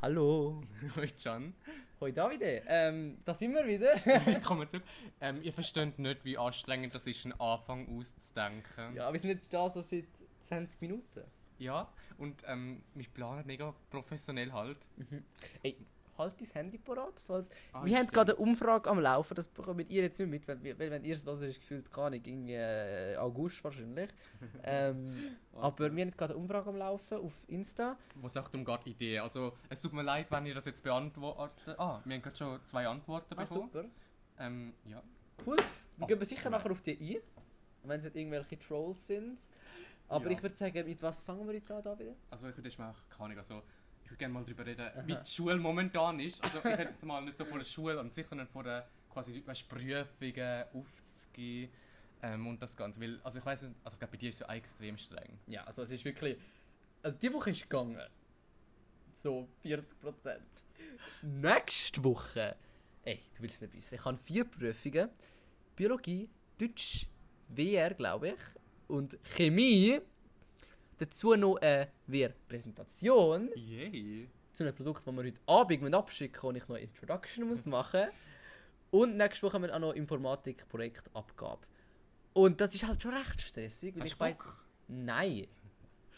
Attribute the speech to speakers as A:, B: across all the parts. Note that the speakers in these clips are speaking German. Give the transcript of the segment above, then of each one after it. A: Hallo,
B: Hoi Can.
A: hoi Davide, ähm, da sind wir wieder.
B: Ich komme zurück. Ähm, ihr versteht nicht, wie anstrengend das ist, einen Anfang auszudenken.
A: ja, wir sind jetzt da so seit 20 Minuten.
B: Ja, und ähm, wir planen mega professionell halt.
A: Ey, halt dein Handy parat, falls...
B: Ah,
A: wir haben
B: stimmt.
A: gerade eine Umfrage am Laufen, das bekommt ihr jetzt nicht mit, weil, weil wenn ihr es hört, ist es gefühlt gar nicht, irgendwie äh, August wahrscheinlich. ähm, aber wir haben gerade eine Umfrage am Laufen auf Insta.
B: Wo es auch darum geht, Ideen. Also, es tut mir leid, wenn ihr das jetzt beantwortet. Ah, wir haben gerade schon zwei Antworten
A: Ah,
B: bekommen.
A: super.
B: Ähm, ja.
A: Cool.
B: Ah,
A: Wir gehen sicher nachher auf die ein, wenn es nicht irgendwelche Trolls sind. Aber
B: Ja.
A: ich würde sagen, mit was fangen wir heute an, Davide?
B: Also, ich würde erstmal, keine Ahnung, also, ich würde gerne mal darüber reden,
A: Aha.
B: wie die Schule momentan ist. Also, ich hätte jetzt mal nicht so von der Schule an sich, sondern von der quasi weißt, Prüfungen aufzugehen. Ähm, und das Ganze, weil, also ich weiß nicht, also ich glaube, bei dir ist es ja auch extrem streng.
A: Ja, also es ist wirklich. Also die Woche ist gegangen. So 40%. Nächste Woche. Ey, du willst nicht wissen. Ich habe vier Prüfungen. Biologie, Deutsch, WR, glaube ich. Und Chemie. Dazu noch eine WR-Präsentation
B: Yay!
A: zu einem Produkt, das wir heute Abend mit abschicken und ich noch eine Introduction muss machen Und nächste Woche haben wir auch noch Informatik-Projektabgabe. Und das ist halt schon recht stressig, weil
B: Hast
A: ich
B: du
A: weiß
B: Bock?
A: Nein.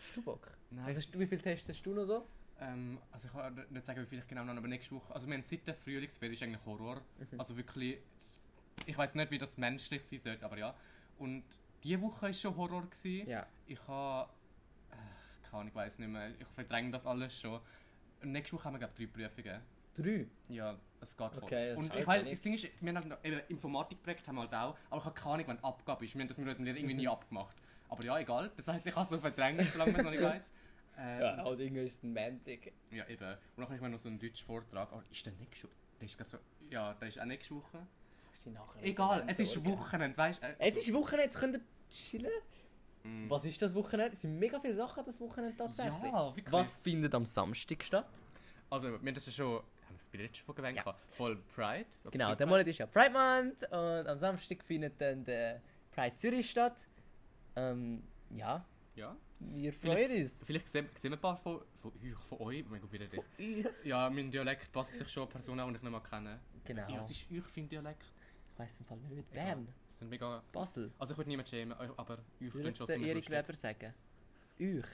A: Hast du Bock?
B: Nein.
A: Was hast du, wie viele Tests hast du noch so?
B: Ähm, also ich kann nicht sagen, wie viel ich genau noch, aber nächste Woche, also wir haben seit der Frühlingsferie ist eigentlich Horror. Also wirklich, ich weiß nicht, wie das menschlich sein sollte, aber ja. Und diese Woche war schon Horror. Gewesen.
A: Ja.
B: Ich habe, äh, keine Ahnung, ich weiß nicht mehr, ich verdränge das alles schon. Und nächste Woche haben wir, glaube ich, drei Prüfungen.
A: Drei?
B: Ja, es geht voll.
A: Okay, das
B: und
A: reicht
B: ich
A: ja
B: weiß,
A: nicht.
B: das Ding ist, wir haben halt noch, eben, Informatikprojekt haben wir halt auch, aber ich habe keine Ahnung, wann die Abgabe ist. Wir haben das mit unserem Lehrer irgendwie nie abgemacht. Aber ja, egal. Das heisst, ich habe es noch verdrängt, solange ich es noch nicht weiss. Äh, und-
A: oder irgendwie also ist es ein Montag.
B: ja, eben. Und dann habe ich mir noch so einen deutschen Vortrag. Oh, ist der nächste Woche? Der ist gerade so. Ja, der ist auch nächste Woche.
A: Hast du nachher
B: Egal, es ist
A: Wochenende.
B: Wochenende, weißt du? äh,
A: Es
B: so-
A: ist Wochenende, jetzt könnt ihr chillen. Was ist das Wochenende? Es sind mega viele Sachen das Wochenende tatsächlich.
B: Ja, wirklich.
A: Was findet am Samstag statt?
B: Also, wir haben das ja schon. Haben wir es bei der letzten Folge
A: Ja.
B: ja. Voll Pride. Also
A: Genau,
B: Pride.
A: der Monat ist ja Pride Month und am Samstag findet dann der Pride Zürich statt. Ähm, ja,
B: Ja.
A: wir freuen uns.
B: Vielleicht, vielleicht sehen, sehen wir ein paar von, von euch, von euch. Mein Gott, wieder dich. Ja, mein Dialekt passt sich schon an Personen, die ich nicht mal kenne.
A: Genau.
B: Ja, was ist euch für ein Dialekt?
A: Ich weiß im Fall nicht. Bern,
B: Das sind mega.
A: Basel.
B: Also, ich würde niemanden schämen, aber euch
A: Was
B: klingt
A: würde jetzt
B: schon
A: der
B: ziemlich
A: Erik
B: lustig.
A: Weber sagen? Euch.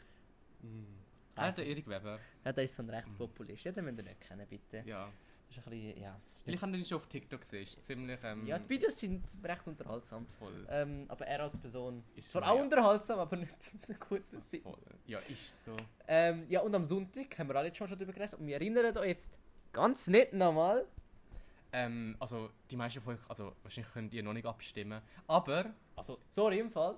B: Ah, der Erik Weber.
A: Ja, der ist so ein Rechtspopulist. Ja, den müsst ihr nicht kennen, bitte.
B: Ja.
A: Das ist ein bisschen, ja.
B: Vielleicht haben wir ihn schon auf TikTok gesehen. Ist ziemlich. Ähm,
A: Ja, die Videos sind recht unterhaltsam.
B: voll.
A: Ähm, aber er als Person
B: Ist
A: ist zwar
B: so,
A: auch
B: ja.
A: unterhaltsam, aber nicht in guter Sinn.
B: Voll. Ja, ist so.
A: Ähm, ja, und am Sonntag haben wir alle jetzt schon darüber geredet und wir erinnern euch jetzt ganz nett nochmal.
B: Ähm, also, die meisten von euch, also wahrscheinlich könnt ihr noch nicht abstimmen, aber...
A: Also, sorry, im Fall.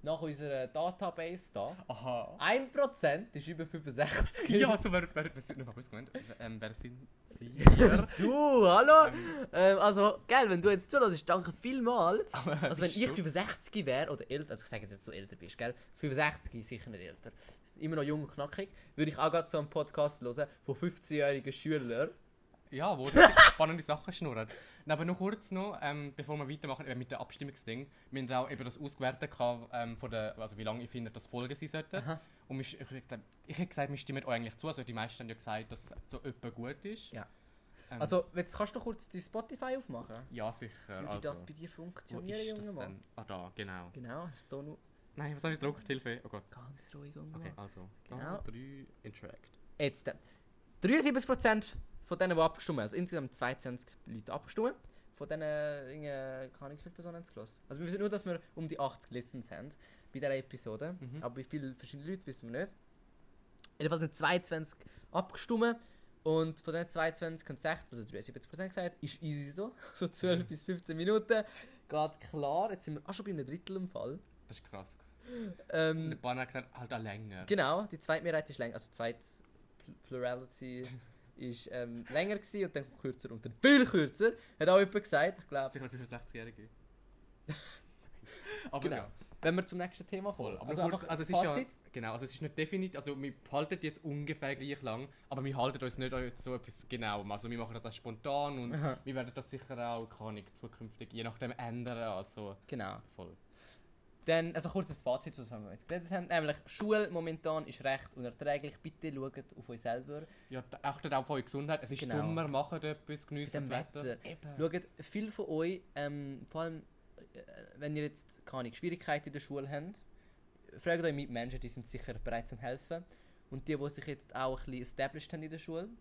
A: Nach unserer Database da.
B: Aha.
A: 1% ist über 65.
B: Ja, also, wer, wer, wer sind noch kurz Moment, ähm, wer sind sie?
A: Du, hallo! Ähm, also, geil, wenn du jetzt zuhörst, danke vielmals. Also, wenn
B: bist
A: ich
B: du?
A: 65 wäre oder älter, also ich sage jetzt, dass du älter bist, gell? 65 ist sicher nicht älter. Ist immer noch jung und knackig. Würde ich auch gerade so einen Podcast hören von 15-jährigen Schülern.
B: Ähm. Ja, wo richtig spannende Sachen schnurren. Nein, Aber noch kurz noch, ähm, bevor wir weitermachen eben mit dem Abstimmungsding. Wir haben auch eben das ausgewertet, gehabt, ähm, von der, also wie lange ich finde, dass Folgen sein sollten.
A: Aha.
B: Und ich, ich, ich, ich hätte gesagt, wir stimmen euch eigentlich zu. Also die meisten haben ja gesagt, dass so etwa gut ist.
A: Ja.
B: Ähm,
A: Also, jetzt kannst du kurz dein Spotify aufmachen.
B: Ja, sicher.
A: Würde
B: also,
A: das bei dir
B: wo
A: funktionieren,
B: ist
A: junger
B: das
A: Mann?
B: denn? Ah, da, genau.
A: Genau, hast du noch
B: Nein, was habe ich gedruckt? Hilfe. Oh Gott.
A: ganz ruhig, junger
B: Okay,
A: Mann.
B: also.
A: Genau.
B: Genau. 3 Interact.
A: Jetzt, äh, 73% von denen, die abgestimmt haben, also insgesamt 22 Leute abgestimmt, von denen, äh, irgendwie, kann ich nicht Personen haben es gehört. Also wir wissen nur, dass wir um die 80 Listens haben bei dieser Episode,
B: Mhm.
A: aber wie viele verschiedene Leute wissen wir nicht. Jedenfalls sind 22 abgestimmt und von diesen 22 haben 6, also 73% gesagt, ist easy so, so 12 bis 15 Minuten, geht klar, jetzt sind wir auch schon bei einem Drittel im Fall.
B: Das ist krass. Und
A: Ähm,
B: der Banner hat gesagt, halt auch länger.
A: Genau, die Zweitmehrheit ist länger, also zweit Pl- Plurality ist ähm, länger gewesen und dann kommt kürzer und dann viel kürzer, hat auch jemand gesagt, ich glaube.
B: Sicher 65-Jährige. Aber
A: Genau.
B: ja,
A: Wenn wir zum nächsten Thema kommen.
B: voll. Aber also, kurz,
A: einfach
B: also es ist ja,
A: Fazit.
B: genau, also es ist nicht definitiv, also wir behalten jetzt ungefähr gleich lang, aber wir halten uns nicht an so etwas genau. Also wir machen das auch spontan und
A: Aha.
B: wir werden das sicher auch, keine Ahnung, zukünftig je nachdem ändern, also
A: Genau.
B: voll.
A: Dann, also kurzes Fazit, was wir jetzt geredet haben, nämlich Schule momentan ist recht unerträglich. Bitte schaut auf euch selber.
B: Ja, da- achtet auch auf eure Gesundheit. Es ist
A: Genau.
B: Sommer, macht etwas,
A: Mit
B: genießt
A: dem
B: das Wetter.
A: Wetter.
B: Eben.
A: Schaut, viele von euch, ähm, vor allem äh, wenn ihr jetzt keine Ahnung, Schwierigkeiten in der Schule habt, fragt euch mit Menschen, die sind sicher bereit zum Helfen. Und die, die sich jetzt auch ein bisschen established haben in der Schule und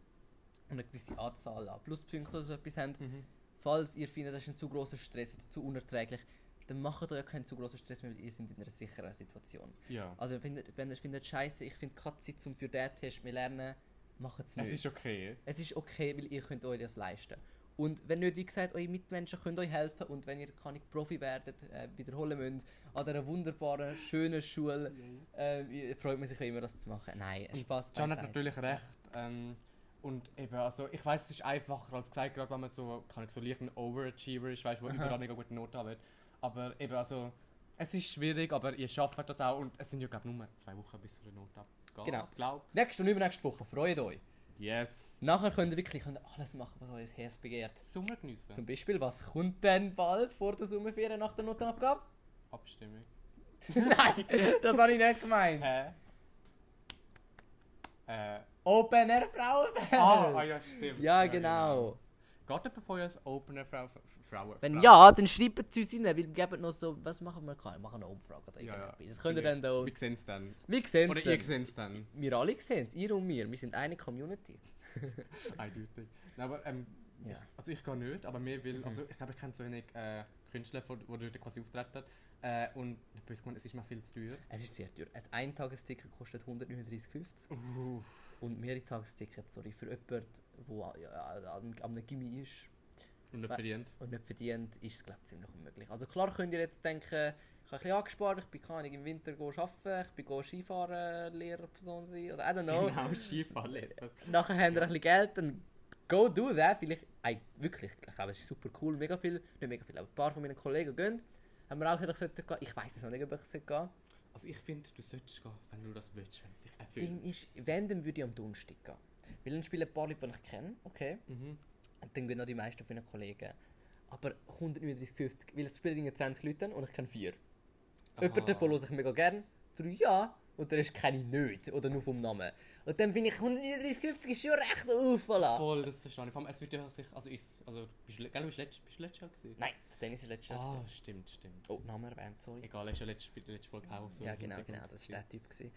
A: eine gewisse Anzahl an Pluspunkten oder so etwas haben,
B: Mhm.
A: falls ihr findet, das ist ein zu großer Stress oder zu unerträglich, dann macht euch keinen zu großen Stress mehr, weil ihr seid in einer sicheren Situation.
B: Ja.
A: Also wenn ihr, wenn ihr findet, scheiße, ich finde keine Zeit zum für den Test mehr lernen, macht es nicht.
B: Es ist okay.
A: Es ist okay, weil ihr könnt euch das leisten. Und wenn nicht, wie gesagt, eure Mitmenschen können euch helfen und wenn ihr keine Profi werdet, äh, wiederholen müsst, an dieser wunderbaren, schönen Schule, äh, freut man sich ja immer, das zu machen. Nein,
B: Und
A: Spaß
B: John hat
A: beiseite.
B: natürlich recht. Ähm, und eben, also ich weiß, es ist einfacher als gesagt, gerade wenn man so, kann ich so leicht ein Overachiever ist, weißt du, wo
A: Aha.
B: überall mega gute Noten haben will. Aber eben, also es ist schwierig, aber ihr schafft das auch und es sind ja, glaube ich, nur zwei Wochen bis zur Note abgeht.
A: Genau.
B: Glaub.
A: Nächste und übernächste Woche, freut euch.
B: Yes.
A: Nachher könnt ihr wirklich könnt ihr alles machen, was euer Herz begehrt.
B: Sommer geniessen.
A: Zum Beispiel, was kommt denn bald vor der Sommerferien nach der Notenabgabe?
B: Abstimmung.
A: Nein, das habe ich nicht gemeint.
B: Hä? Äh.
A: Open Air Frauenfeld.
B: Ah, ah, ja, stimmt.
A: ja, genau.
B: Geht jemand von euch Opener Frau, Frau,
A: Wenn
B: Frau-
A: ja, dann schreibt es uns rein, weil wir geben noch so, was machen wir gerade? Wir machen eine Umfrage oder
B: Ja, ja.
A: irgendetwas. Das könnt ihr dann da...
B: Wir sehen es dann.
A: Wir sehen
B: Oder
A: es
B: ihr
A: dann.
B: seht es dann.
A: Wir alle sehen es, ihr und wir. Wir sind eine Community.
B: Eindeutig. Nein, aber, ähm,
A: Ja. Mhm.
B: Also ich gehe nicht, aber mir will, also ich glaube, ich kenne so wenig äh, Künstler, die dort quasi auftreten. Äh, und ich böse gemeint, es ist mir viel zu teuer.
A: Es ist sehr teuer. Ein Eintagesticket kostet 139,50
B: Uff.
A: und mehrere Tagestickets, sorry, für jemanden, der ja, ja, am- am Gimmi ist
B: Und nicht
A: Wa-
B: verdient.
A: und nicht verdient, ist es glaube ich ziemlich unmöglich. Also klar könnt ihr jetzt denken, ich habe ein bisschen angespart, ich bin keine Ahnung, im Winter gehen arbeiten, ich bin gehen Skifahren, Lehrperson sein oder I don't know.
B: Genau, Skifahren. lernen.
A: nachher haben wir ein bisschen Geld, dann go do that, weil ich, ey, wirklich, ich glaube, es ist super cool, mega viel, nicht mega viel, aber ein paar von meinen Kollegen gehen, haben wir auch gesagt, ich sollte gehen, ich weiß es noch nicht, ob ich sollte gehen.
B: Also ich finde, du solltest gehen, wenn du das willst, wenn es dich erfüllt.
A: Ding ist, wenn, dann würde ich am Donnerstag gehen. Weil dann spielen ein paar Leute, die ich kenne, okay,
B: Mhm.
A: und dann gehen noch die meisten von meinen Kollegen. Aber 139, 50, weil es spielen irgendwie 20 Leute an und ich kenne vier.
B: Aha.
A: Jemand davon höre ich mega gern, drei ja, und der Rest kenne ich nicht, oder nur vom Namen. Und dann bin ich 139, 50 ist schon recht aufgeladen.
B: Voll, das verstehe ich. Vor allem, es wird ja sich, also ist, also, bist, du- gell, du bist letztes bist du letztes Jahr gewesen?
A: Nein, Dennis ist letztes Jahr.
B: Ah,
A: gewesen.
B: stimmt, stimmt.
A: Oh, Name erwähnt, sorry.
B: Egal, ist ja letzte, bei der letzten Folge auch so.
A: ja,
B: im
A: genau,
B: Hintergrund
A: genau, das war
B: gewesen.
A: der Typ. Gewesen.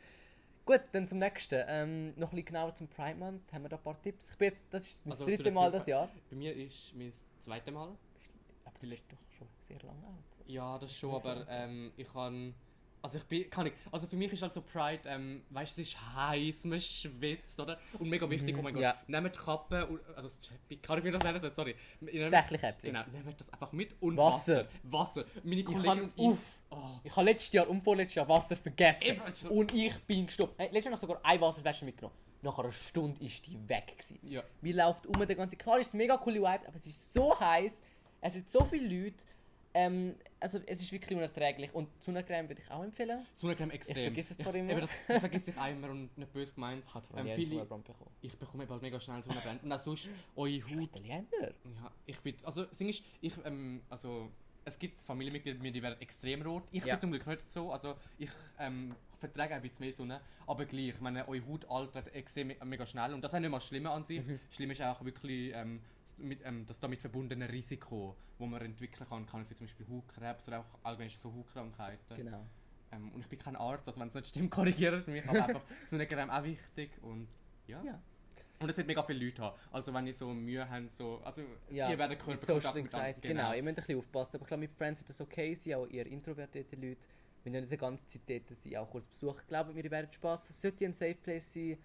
A: Gut, dann zum nächsten. Ähm, noch ein bisschen genauer zum Pride Month. Haben wir da ein paar Tipps? Ich bin jetzt, das ist das
B: Also, zu
A: dritte
B: der
A: Mal
B: Zeit-
A: das Jahr.
B: Bei mir ist mein zweites Mal.
A: Aber du bist doch schon sehr lange alt.
B: Ja, das schon,
A: Wieso?
B: aber ähm, ich kann. Also ich bin, kann ich, also für mich ist halt so Pride, ähm, weißt du, es ist heiß, man schwitzt, oder? Und mega wichtig, oh mein Gott,
A: Mhm, ja.
B: nehmt die Kappe, und, also das Chappy, kann ich mir das nennen, sorry.
A: Das
B: Nehmt-
A: Dächlichäppli.
B: Genau, nehmt das einfach mit und
A: Wasser.
B: Wasser. Wasser. Meine
A: Ich
B: Kollegen
A: habe
B: und ich-
A: auf.
B: Oh,
A: Ich habe letztes Jahr und vorletztes Jahr Wasser vergessen.
B: Eben, das ist so-
A: Und ich bin gestorben. Hey, letztes Jahr noch sogar ein Wasserflasche mitgenommen. Nach einer Stunde ist die weg. Gewesen.
B: ja.
A: Wir laufen um den ganzen. Klar ist es mega coole Vibe, aber es ist so heiß. Es sind so viele Leute. Ähm, also es ist wirklich unerträglich. Und Sonnencreme würde ich auch empfehlen.
B: Sonnencreme extrem.
A: vergesse es zwar immer.
B: Eben, das, das vergesse ich auch immer und nicht böse gemeint.
A: Ich habe zwar
B: Ähm,
A: nie einen
B: viele-
A: Sonnenbrand bekommen.
B: Ich bekomme bald mega schnell Sonnenbrand. Und auch sonst, eure
A: Du
B: Haut
A: Italiener?
B: Ja, ich bin. Also, das Ding ist, ich. Ähm, also, es gibt Familienmitglieder bei mir, die werden extrem rot. Ich
A: Ja.
B: bin zum Glück nicht so. Also, ich ähm, verträge ein bisschen mehr Sonne. Aber gleich, ich meine, eure Haut altert extrem me- mega schnell. Und das ist nicht mal schlimmer an sich.
A: Mhm.
B: Schlimm ist auch wirklich ähm, s- mit, ähm, das damit verbundene Risiko, das man entwickeln kann. Kann für zum Beispiel Hautkrebs oder auch allgemein so Hautkrankheiten.
A: Genau.
B: Ähm, und ich bin kein Arzt, also wenn es nicht stimmt, korrigiert mich. Aber einfach Sonnencreme auch wichtig. Und ja.
A: Ja.
B: Und es wird mega viele Leute haben. Also wenn ihr so Mühe habt, so, also
A: Ja,
B: ihr werdet
A: mit
B: Körperkontakt
A: Social
B: mit anderen-
A: Anxiety. Genau. ihr müsst ein bisschen aufpassen. Aber ich glaube, mit Friends wird das okay sein, auch ihr introvertierte Leute. Wir müssen nicht die ganze Zeit dort sein, auch kurz besuchen. Glaubt mir, ihr werdet Spass. Es sollte ein Safe Place sein.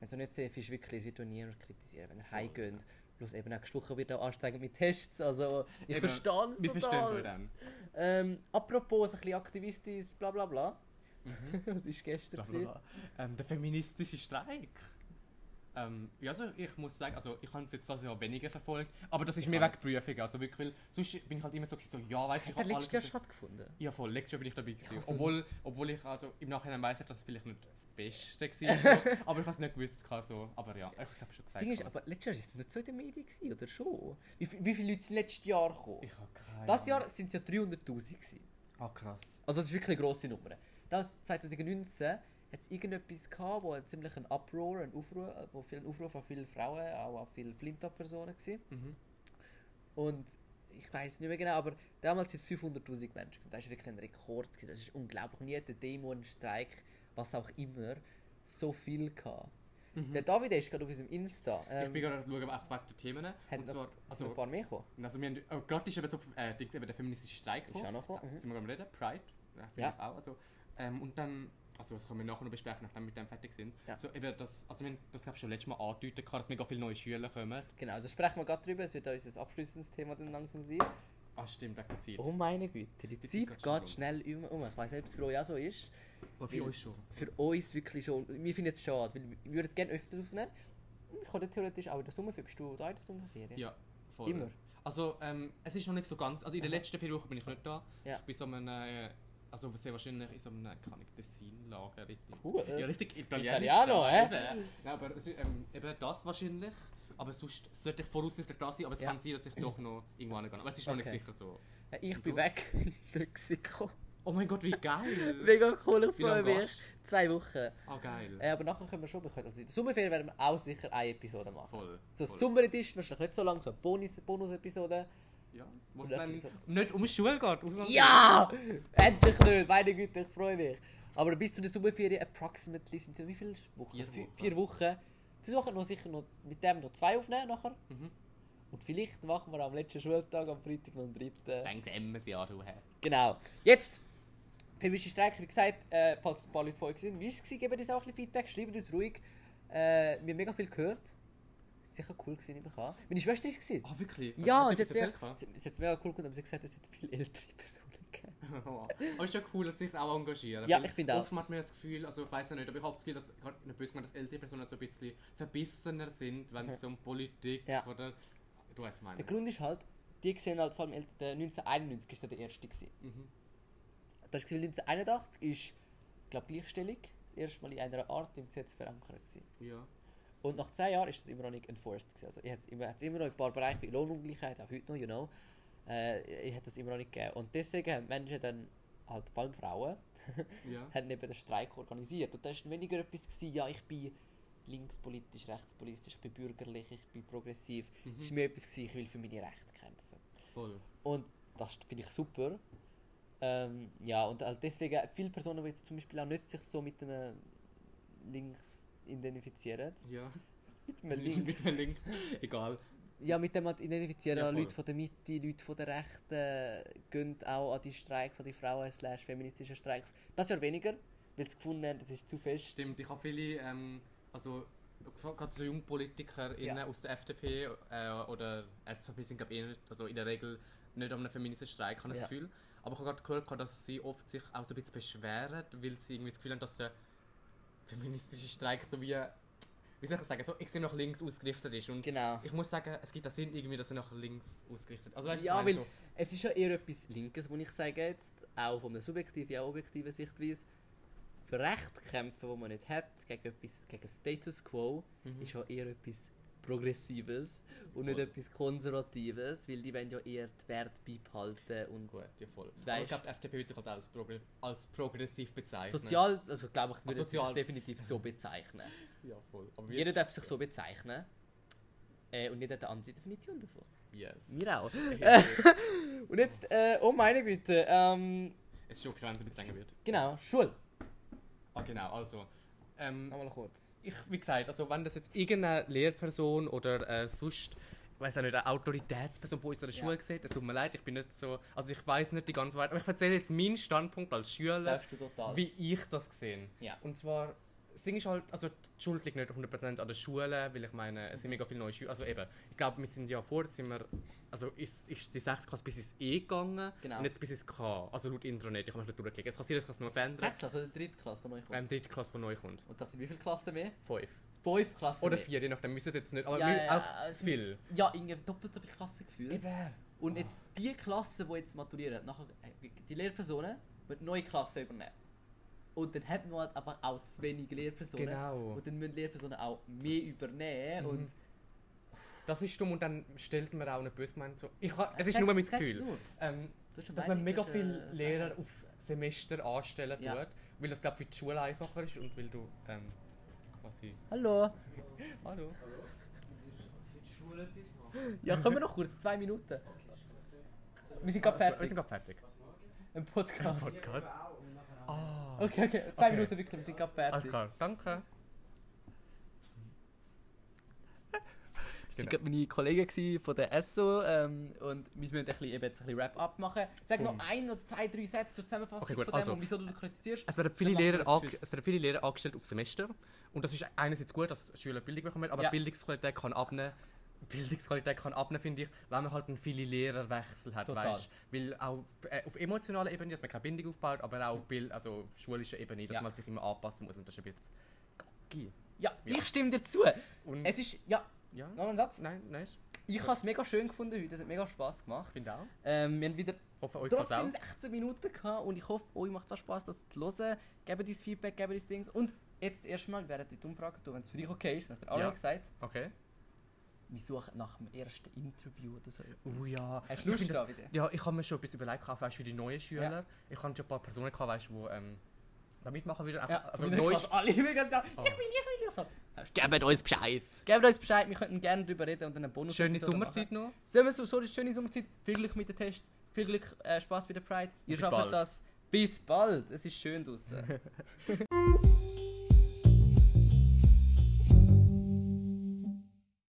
A: Wenn es auch nicht safe ist, wirklich, es wird auch niemand kritisieren, wenn ihr
B: Voll,
A: heimgeht. Plus eben auch gestochen wird auch anstrengend mit Tests. Also, ich
B: Eben,
A: verstehe es
B: Wir verstehen euch
A: total.
B: dann.
A: Ähm, apropos, ein bisschen aktivistisch, bla bla bla.
B: Mhm.
A: Was ist gestern? gewesen?
B: Blablabla. Ähm, der feministische Streik. Ähm, ja, also ich muss sagen, also ich habe es jetzt also weniger verfolgt, aber das ist
A: Ich
B: mir
A: auch
B: wegen Prüfungen, also wirklich, weil sonst bin ich halt immer so, gewesen, so ja, weißt du, ich
A: Hat der
B: hab alles
A: letztes Jahr
B: versucht.
A: stattgefunden?
B: Ja, voll, letztes Jahr bin ich dabei gewesen.
A: Krass.
B: Obwohl, obwohl ich, also im Nachhinein weiss ich, dass es vielleicht nicht das Beste war, so, aber ich habe es nicht gewusst, gehabt, so. aber ja, ich habe es schon gesagt.
A: Das Ding ist,
B: gehabt.
A: aber letztes Jahr war es nicht so in den Medien, gewesen, oder schon? Wie, viel- wie viele Leute sind letztes Jahr gekommen?
B: ich habe keine
A: Das
B: Ahnung.
A: Jahr waren es ja 300'000. gewesen.
B: Ah, krass.
A: Also das ist wirklich eine grosse Nummer. Das 2019 hat es irgendetwas gehabt, wo ein ziemlich ein Uproar, ein Aufruhr, äh, wo viel ein Aufruf an viele Frauen, auch an viele Flinta-Personen war.
B: Mhm.
A: Und ich weiß nicht mehr genau, aber damals sind es 500'000 Menschen. Und das war wirklich ein Rekord. gewesen. Das ist unglaublich. Nie hat eine Demo, ein Streik, was auch immer, so viel gehabt. Der David ist gerade auf unserem Insta.
B: Mhm. Ich
A: Ähm,
B: bin gerade am schauen, auch wegen der Themen.
A: hat
B: Und
A: noch,
B: zwar,
A: also,
B: also,
A: noch ein paar mehr gekommen.
B: also wir haben, oh, gerade ist eben so, äh, Dings, eben der feministische Streik
A: Ist auch noch gekommen.
B: Da
A: Mhm.
B: sind wir am reden, Pride, ja,
A: Ja.
B: ja. auch, also, ähm, und dann, also das können wir nachher noch besprechen, nachdem wir mit dem fertig sind.
A: Ja.
B: So eben das, also wir haben das glaube ich schon letztes Mal angedeutet, gehabt, dass mega viele neue Schüler kommen.
A: Genau, da sprechen wir gerade drüber. Es wird auch unser abschließendes Thema dann langsam sein.
B: Ah stimmt, wegen der Zeit.
A: Oh meine Güte, die
B: Die
A: Zeit
B: Zeit
A: geht,
B: geht schon
A: schnell um. um. Ich weiß nicht, ob es für euch auch so ist.
B: Aber
A: für euch
B: schon.
A: Für uns wirklich schon. Wir finden es schade, weil wir würden gerne öfter aufnehmen. Und Ich könnte theoretisch auch in der Sommerferien. Bist du da in der Sommerferien?
B: Ja, voll.
A: Immer.
B: Also ähm, es ist noch nicht so ganz, also in den
A: Aha.
B: letzten vier Wochen bin ich nicht da.
A: Ja.
B: Ich bin so einem, äh, also sehr wahrscheinlich in so einem, kann ich Dessin-Lager, richtig.
A: Cool.
B: Ja, richtig italienisch.
A: äh, Italiano,
B: da,
A: hä?
B: eben. Nein, aber es ist, ähm, eben das wahrscheinlich. Aber sonst sollte ich voraussichtlich da sein, aber es
A: Ja.
B: kann sein, dass ich doch noch irgendwo hingehe. Aber es ist noch
A: Okay.
B: nicht sicher so.
A: Äh, Ich
B: Und
A: bin
B: du?
A: weg in Mexiko.
B: Oh mein Gott, wie geil!
A: Mega cool, ich
B: wie lange
A: freue mich.
B: gehst
A: Zwei Wochen.
B: du? Ah, geil.
A: Äh, aber nachher können wir schon bekommen. Also in der Sommerferien werden wir auch sicher eine Episode machen.
B: Voll.
A: So
B: voll.
A: Summer Edition, wahrscheinlich nicht so lang, so eine Bonus- Bonus-Episode.
B: Ja, wo es
A: Oder
B: dann
A: so-
B: nicht um die Schule geht. ausnahmsweise.
A: Ja! Endlich nicht! Meine Güte, ich freue mich. Aber bis zu der Sommerferien approximately sind es wie viele Wochen?
B: Vier
A: Vier-
B: Wochen.
A: Vier Wochen. Versuchen noch sicher noch mit dem noch zwei aufnehmen nachher.
B: Mhm.
A: Und vielleicht machen wir am letzten Schultag, am Freitag noch einen dritten.
B: Denkt immer sie an, du hä?
A: Genau. Jetzt! Filmische Streik, wie gesagt, äh, falls ein paar Leute von euch sind, wie war es? gewesen? Gebt uns auch ein bisschen Feedback, schreibt uns ruhig. Äh, wir haben mega viel gehört. Es war sicher cool, gewesen, nehme ich an. Meine Schwester war es. gewesen.
B: Ah, wirklich?
A: Ja, und
B: Hat
A: sie hat
B: etwas
A: sehr-
B: erzählt gehabt?
A: sie- sie hat es mega cool gefunden, aber sie hat gesagt, es hat viele ältere Personen gegeben.
B: Aber ist ja cool, dass sich auch engagieren.
A: Ja,
B: Weil
A: ich finde auch.
B: Oft hat man das Gefühl, also ich weiß ja nicht, aber ich habe das Gefühl, dass gerade in der Böse dass ältere Personen so ein bisschen verbissener sind, wenn es um Politik
A: Ja.
B: oder. Du weißt, was ich
A: Der
B: meine.
A: Grund ist halt, die sehen halt vor allem älter- der 1991 ist ja der erste gewesen.
B: Mhm.
A: Das war 1981 ist, glaube Gleichstellung das erste Mal in einer Art im Gesetz verankert gewesen.
B: Ja.
A: Und nach 10 Jahren ist es immer noch nicht enforced gewesen. Also ich hat's immer, hat's immer noch in ein paar Bereiche wie Lohnungleichheit, auch heute noch, you know, äh, ich hätte das immer noch nicht gegeben. Und deswegen haben Menschen dann, halt vor allem Frauen,
B: Ja.
A: haben eben den Streik organisiert. Und da war weniger etwas, gewesen, ja, ich bin linkspolitisch, rechtspolitisch, ich bin bürgerlich, ich bin progressiv.
B: Mhm.
A: Es war mehr etwas, gewesen, ich will für meine Rechte kämpfen.
B: Voll.
A: Und das finde ich super. Ähm, ja, und halt deswegen, viele Personen, die jetzt zum Beispiel auch nicht sich so mit dem äh, Links identifizieren.
B: Ja.
A: Mit dem Link.
B: Mit den Links. Egal.
A: Ja, mit dem halt identifizieren
B: Ja,
A: auch
B: voll.
A: Leute von der Mitte, Leute von der Rechten, gehen auch an die Streiks, an die Frauen, slash feministischen Streiks. Das Jahr weniger, weil sie gefunden haben, das ist zu fest.
B: Stimmt, ich habe viele, ähm, also gerade so JungpolitikerInnen
A: Ja.
B: aus der FDP äh, oder SVP sind glaube ich eh nicht, also in der Regel nicht an einem feministischen Streik, habe ich das
A: Ja.
B: Gefühl. Aber ich habe gerade gehört, gehabt, dass sie oft sich auch so ein bisschen beschweren, weil sie irgendwie das Gefühl haben, dass der feministische Streik so wie, wie soll ich sagen, so extrem nach links ausgerichtet ist. Und
A: Genau.
B: ich muss sagen, es gibt da Sinn irgendwie, dass er nach links ausgerichtet ist. Also weißt du,
A: Ja,
B: ich meine
A: weil- Es ist ja eher etwas Linkes, muss ich sagen jetzt, auch von einer subjektiven, ja objektiven Sichtweise. Für Recht kämpfen, wo man nicht hat, gegen etwas, gegen Status Quo,
B: so, mhm.
A: ist ja eher etwas Progressives und nicht
B: Voll.
A: etwas Konservatives, weil die wollen ja eher die Werte beibehalten und
B: gut, ja voll. Aber ich
A: Weißt-
B: glaube, die FDP wird sich als, als, progr als progressiv bezeichnen.
A: sozial, also glaube ich, würde
B: Sozial.
A: sich definitiv so bezeichnen.
B: Ja, voll. Aber
A: Jeder darf sich so bezeichnen. Äh, und jeder hat eine andere Definition davon.
B: Yes.
A: Wir auch.
B: Hey,
A: Und jetzt, äh, oh meine Güte, ähm,
B: Es ist schon okay, wenn es ein bisschen länger wird.
A: genau, Schule.
B: Ah, genau, also. Ähm,
A: Nochmal kurz.
B: ich, wie gesagt, also wenn das jetzt irgendeine Lehrperson oder äh, sonst, ich weiß auch nicht, eine Autoritätsperson von unserer
A: Ja.
B: Schule sieht, es tut mir leid, ich bin nicht so, also ich weiß nicht die ganze Wahrheit, aber ich erzähle jetzt meinen Standpunkt als Schüler,
A: Darfst du total.
B: wie ich das gesehen
A: Ja.
B: Und zwar, das Ding ist halt, also die Schuld liegt nicht 100% an der Schule, weil ich meine,
A: Mhm.
B: es sind mega viele neue Schüler, also eben, ich glaube, wir sind ja vor, sind wir, also ist, ist die 6. Klasse bis ins E gegangen
A: Genau.
B: und jetzt bis ins K, also laut Intranet, ich kann mich nicht durchklicken, es kann sein, dass ich es noch verändern,
A: Sechste Klasse oder dritte Klasse von euch? kommt?
B: ähm, dritte Klasse, die neu kommt,
A: Und das sind wie viele Klassen mehr?
B: fünf.
A: Fünf Klassen
B: Oder
A: mehr.
B: vier, je nachdem, müssen jetzt nicht, aber
A: Ja,
B: wir-
A: ja, ja,
B: auch
A: es-
B: zu viel.
A: Ja, irgendwie doppelt so viele Klassen gefühlt.
B: Eben.
A: Und jetzt die Klassen, die jetzt maturieren, nachher, äh, die Lehrpersonen wird neue Klassen übernehmen. Und dann hat man halt einfach auch zu wenig Lehrpersonen.
B: Genau.
A: Und dann müssen Lehrpersonen auch mehr übernehmen.
B: Mhm.
A: Und
B: Das ist dumm und dann stellt man auch nicht böse gemeint so. Ich, ha- es
A: Sag's-
B: ist nur mein
A: sag's
B: Gefühl.
A: nur.
B: Ähm,
C: hast schon
B: dass
C: beide-
B: man mega
C: du hast, äh,
B: viele Lehrer
C: Fächer.
B: auf Semester anstellen
C: Ja.
B: tut, weil das, glaube ich, für die Schule einfacher ist und weil du ähm, quasi...
A: Hallo.
B: Hallo?
D: Für die Schule etwas machen.
A: Ja, können wir noch kurz? Zwei Minuten. Wir sind
B: Also,
A: gerade fertig. Also, Wir sind gerade fertig. Ein Podcast.
B: Podcast? Ah,
A: Okay, okay. Zwei
B: Oh Okay.
A: Minuten wirklich, wir sind gerade
B: alles
A: fertig.
B: klar. Danke.
A: Sie
B: genau.
A: waren gerade meine Kollegen gewesen von der SO ähm, und wir müssen ein bisschen, eben jetzt ein bisschen Wrap-up machen. Sag
B: Boom.
A: noch ein oder zwei, drei Sätze zur Zusammenfassung
B: Okay, gut,
A: von dem
B: also.
A: und wieso du kritisierst.
B: Es werden, viele
A: Dann machen
B: Lehrer
A: wir es.
B: ange-
A: Tschüss.
B: es werden viele Lehrer angestellt auf Semester. Und das ist einerseits gut, dass Schüler Bildung bekommen, aber
A: Ja.
B: Bildungsqualität kann abnehmen. Bildungsqualität kann abnehmen, finde ich, wenn man halt einen viele Lehrerwechsel hat,
A: Total.
B: weißt Weil auch äh, auf emotionaler Ebene, dass man keine Bindung aufbaut, aber auch auf, Bild, also auf schulischer Ebene, dass
A: Ja.
B: man sich immer anpassen muss und das ist ein bisschen gacki.
A: Ja,
B: Ja. Mhm.
A: ich stimme dir zu.
B: Und
A: Es ist, ja,
B: ja,
A: noch einen Satz.
B: nein, nein,
A: Ich habe es mega schön gefunden heute, es hat mega Spass gemacht.
B: finde auch.
A: Ähm, wir haben wieder
B: Hoffe, euch gefällt
A: trotzdem
B: auch.
A: 16 Minuten gehabt und ich hoffe, euch macht es auch Spass, das zu hören. Gebt uns Feedback, gebt uns Dings. Und jetzt erstmal, während die Umfrage tun, wenn es für dich okay ist, hat der Arno
B: Ja.
A: gesagt,
B: Okay.
A: wir suchen nach dem ersten Interview oder so.
B: Oh ja.
A: Hast
B: Ich
A: du Lust
B: finde
A: da
B: das-
A: wieder?
B: Ja, ich habe mir schon etwas überlegt, gehabt, weißt, für die neuen Schüler. Ich habe schon ein paar Personen, gehabt, weißt, die ähm, da mitmachen wieder.
A: Ja,
B: also
A: also neu
B: neue
A: ist alle mega sagen,
B: Ah.
A: ich will, ich will nur so.
B: Gebt uns Bescheid.
A: Gebt uns Bescheid, wir könnten gerne darüber reden und dann einen Bonus.
B: Schöne Sommerzeit noch.
A: Sehen wir so, so eine schöne Sommerzeit. Viel Glück mit den Tests, viel Glück äh, Spaß bei der Pride. Ihr
B: Bis
A: schafft
B: bald.
A: das. Bis bald. Es ist schön draußen.